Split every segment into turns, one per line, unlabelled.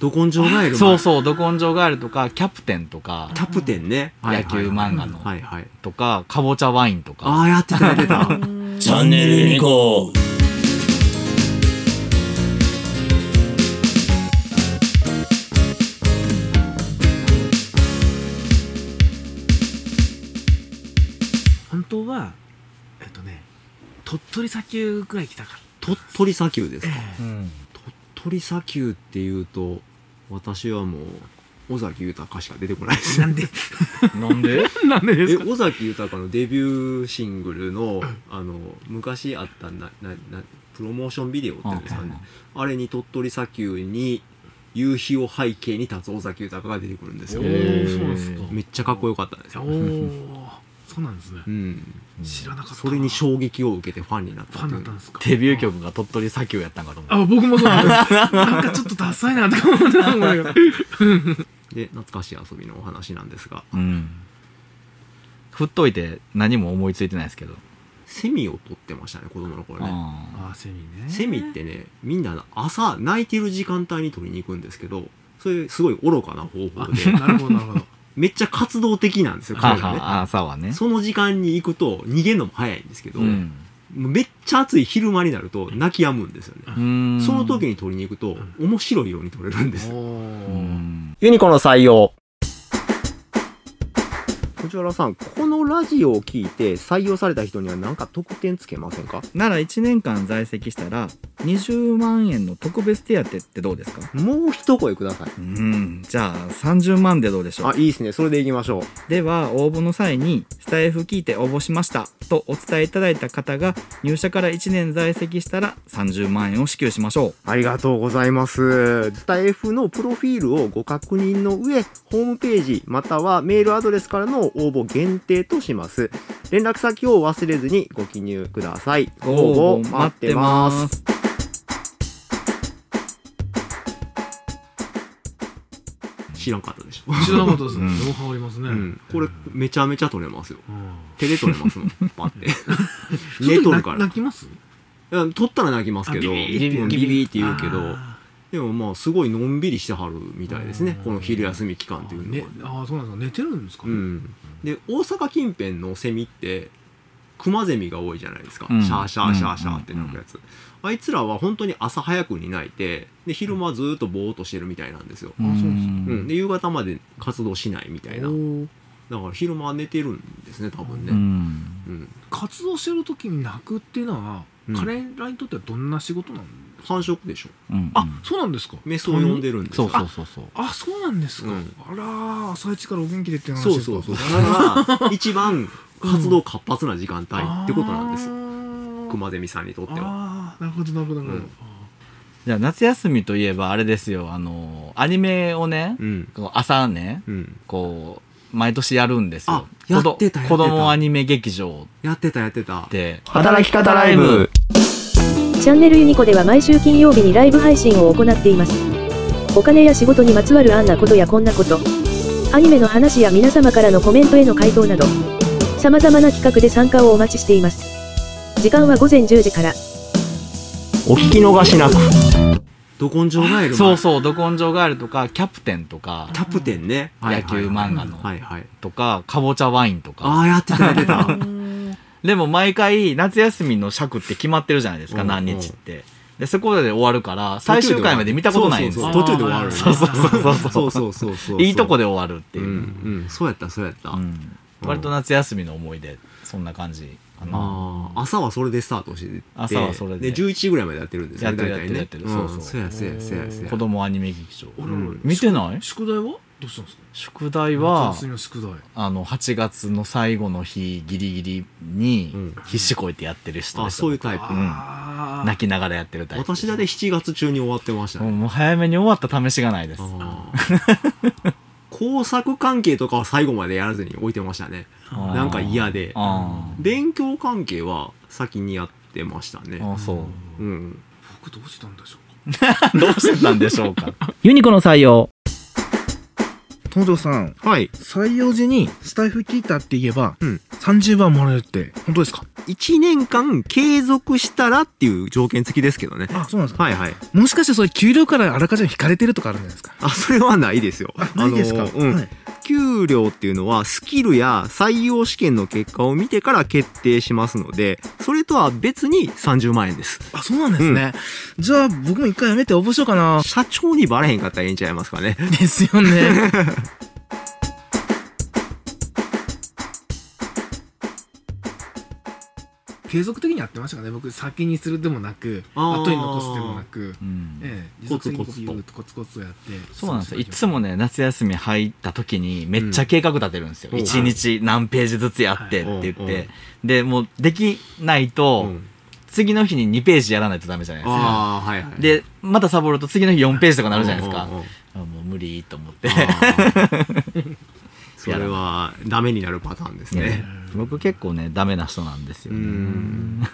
ど根性ガエル
そうそう、ど根性ガエルとか、キャプテンとか、
キャプテンね。
野球漫画の
はいはい。
とか、かぼちゃワインと
あ
か。
あ、やってた、やってた。
チャンネルにこう
本当はえっとね鳥取砂丘くらい行きたかっ
鳥取砂丘ですか。
うん。
鳥取砂丘っていうと、私はもう、尾崎豊しか出て こない です。
たなんで
なんで
なんでで
え
すか
尾崎豊のデビューシングルのあの昔あったなななプロモーションビデオっていうんですかねあれに鳥取砂丘に夕日を背景に立つ尾崎豊が出てくるんですよ
おーそうなんですか
めっちゃかっこよかったんです
お
よ、
ーそうなんですね
うん、
知らなかった
それに衝撃を受けてファンになっ
フ
た
ァ
ってい
ンだっ
う
たんですか
デビュー曲が鳥取砂丘やったんかと思う。
あ僕もそうなんですなんかちょっとダサいなとか思ってたもんだけど
で懐かしい遊びのお話なんですが
うん。振っといて何も思いついてないですけど。
セミを撮ってましたね子供の頃ね
あ
あーセミね
セミってねみんな朝泣いてる時間帯に撮りに行くんですけどそれすごい愚かな方
あ
法で
なるほどなるほど
めっちゃ活動的なんですよ、
ー
彼
は
がね。
は朝はね。
その時間に行くと逃げるのも早いんですけど、
うん
もうめっちゃ暑い昼間になると泣き止むんですよね。
うん
その時に取りに行くと、面白いように取れるんです。
う
おー
ん
ユニコの採用。藤原さん、このラジオを聞いて採用された人には何か特典つけませんか
なら1年間在籍したら20万円の特別手当ってどうですか
もう一声ください。
うんじゃあ30万でどうでしょう
あ、いいですね。それで行きましょう。
では応募の際にスタイフ聞いて応募しましたとお伝えいただいた方が入社から1年在籍したら30万円を支給しましょう
ありがとうございます。スタイフのプロフィールをご確認の上、ホームページまたはメールアドレスからの応募限定とします。連絡先を忘れずにご記入ください。応募待ってます。
す
知らんかったでしょ。
知らなかったですね
うん
情報ありますね
うん、これめちゃめちゃ取れますよ。
うん
手で取れ ますもん。パって。家取るか
な
ら。
泣きます
うん取ったら泣きますけど、
あビビー
うんビビーって言うけど、
あ
でもまあすごいのんびりしてはるみたいですね
う。ん
この昼休み期間っていう
ー
の
ね
は。
あーそうなんですか寝てるんですか
う
ね
ん、で大阪近辺のセミってクマゼミが多いじゃないですか、
うん
シャーシャーシャーシャーってなるやつ、あいつらは本当に朝早くに鳴いてで昼間ずーっとぼーっとしてるみたいなんですよ、
そうです
うんで夕方まで活動しないみたいな
お
だ
ー
から昼間は寝てるんですね多分ね、
う
うん
ん
活動してる時に泣くっていうのは、
うん
彼らにとってはどんな仕事なん
繁殖でしょ
うん
あ、そうなんですか
メスを呼んでるんです
そ
よ
うそうそうそう
あそうなんですか、
うん
あらー朝一からお元気でっていう話
そう
ですか
そうそうだから一番活動活発な時間帯ってことなんですよ、
よ
クマゼミさんにとっては
あーなるほどなるほどなるほど、
うん
じゃあ夏休みといえばあれですよあのアニメをね
うん
こう朝ね
うん
こう毎年やるんですよ
あやってたやってた
子ど子供アニメ劇場
やってたやってた
で
働き方ライブ
チャンネルユニコでは毎週金曜日にライブ配信を行っています。お金や仕事にまつわるあんなことやこんなこと、アニメの話や皆様からのコメントへの回答など、様々な企画で参加をお待ちしています。時間は午前10時から。
お聞き逃しなく
ど根性ガエルも
そうそう「ど根性ガエル」とか「キャプテン」とか
キャプテンね
野球漫画の
はいはい
とか「かぼちゃワイン」と
あ
か
あやってたやってた
でも毎回夏休みの尺って決まってるじゃないですか
うん
何日ってでそこで終わるから 最終回まで見たことないんです
そう
よ
そうそう途中で終わる
そうそうそうそうそう
そうそうそうそう
いいとこ
で
で終わるって
う
いう、
んうんそうやったそうやった
う
あ
ん割と夏休みの思い出そんな感じかな
あ朝はそれでスタートしてて
朝はそれで
で11時ぐらいまでやってるんですよね
や
大体
ってる
ね
やってるやってるそうそうん
そうやそうやそうやそうや
子供アニメ劇場
あらら
うん
見てない
宿題はどうしたんですか
宿題は
夏休みの宿題
あの8月の最後の日ギリギリに
うん
必死こいてやってる人
あ
でした
そういうタイプ
あー
泣きながらやってるタイプ
私だって7月中に終わってました
もう
ね
もう早めに終わった試しがないです
あー工作関係とかは最後までやらずに置いてましたね
あー
なんか嫌で
あー
勉強関係は先にやってましたね
あーそう
うん
僕どうしたんでしょうか
どうしてたんでしょうか
ユニコの採用
東條さん
はい。
採用時にスタイフ聞いたって言えば、
うん
30番もらえるって本当ですか
1年間継続したらっていう条件付きですけどね。
あそうなんですか、
はいはい。
もしかしてそれ給料からあらかじめ引かれてるとかあるんじゃないですか
あ、それはないですよ。
ないですか、
あのうん。
はい
給料っていうのはスキルや採用試験の結果を見てから決定しますので、それとは別に30万円です。
あそうなんですね、じゃあ僕も一回やめて応募しようかな
社長にバレへんかったらええんちゃいますかね。
ですよね
継続的にやってましたかね僕先にするでもなく
あー
後に残すでもなく
うん
ええ持
コ
続
ツ
的
コ
に
ツと
コツコツコツやって
そうなんですよ。いつもね、夏休み入った時にめっちゃ計画立てるんですよ。
うん
一、日何ページずつやってって言って。
はいはい
で、もうできないと、
うん
次の日に2ページやらないとダメじゃないですか。
ああ、はいはい。
で、またサボると次の日4ページとかなるじゃないですか。
うんうんうん
あもう無理と思って。
それはダメになるパターン ですね。
僕結構ね、ダメな人なんですよ
う
ね、
ん。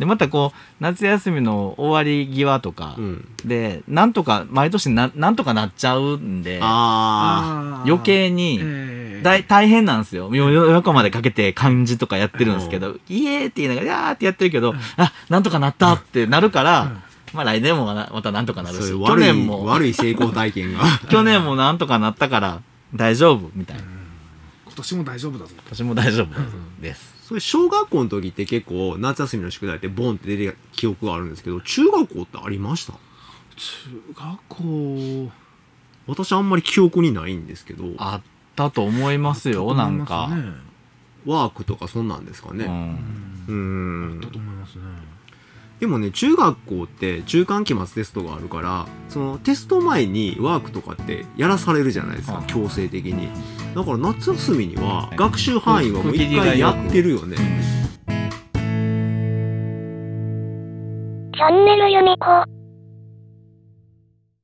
で、またこう、夏休みの終わり際とか、
うん。
で、なんとか、毎年ななんとかなっちゃうんで、
あ
あー
余計に、
ええ
大大変なんですよ。夜夜中までかけて漢字とかやってるんですけど、イエーって言いながら、やーってやってるけど、あ、なんとかなったってなるから、まあ来年もなまたなんとか
あ、
なる
そうい
し、
う
去
悪
年
い、
も、
悪い成功体験が。
去年もなんとかなったから大丈夫みたいな。
今年も大丈夫だぞ
私も大丈夫です。
それ小学校の時って結構夏休みの宿題ってボンって出る記憶があるんですけど中学校ってありました
中学校
私あんまり記憶にないんですけど
あったと思いますよ、な
だと思い
ん
ます
か。
ね
ワークとかそんなんですか
う
ねう
ん
だ
ん
と思いますね
でもね中学校って中間期末テストがあるからそのテスト前にワークとかってやらされるじゃないですか
はい
強制的にだから夏休みには
はい
学習範囲はもう一回やってるよね
チャンネルユニコーン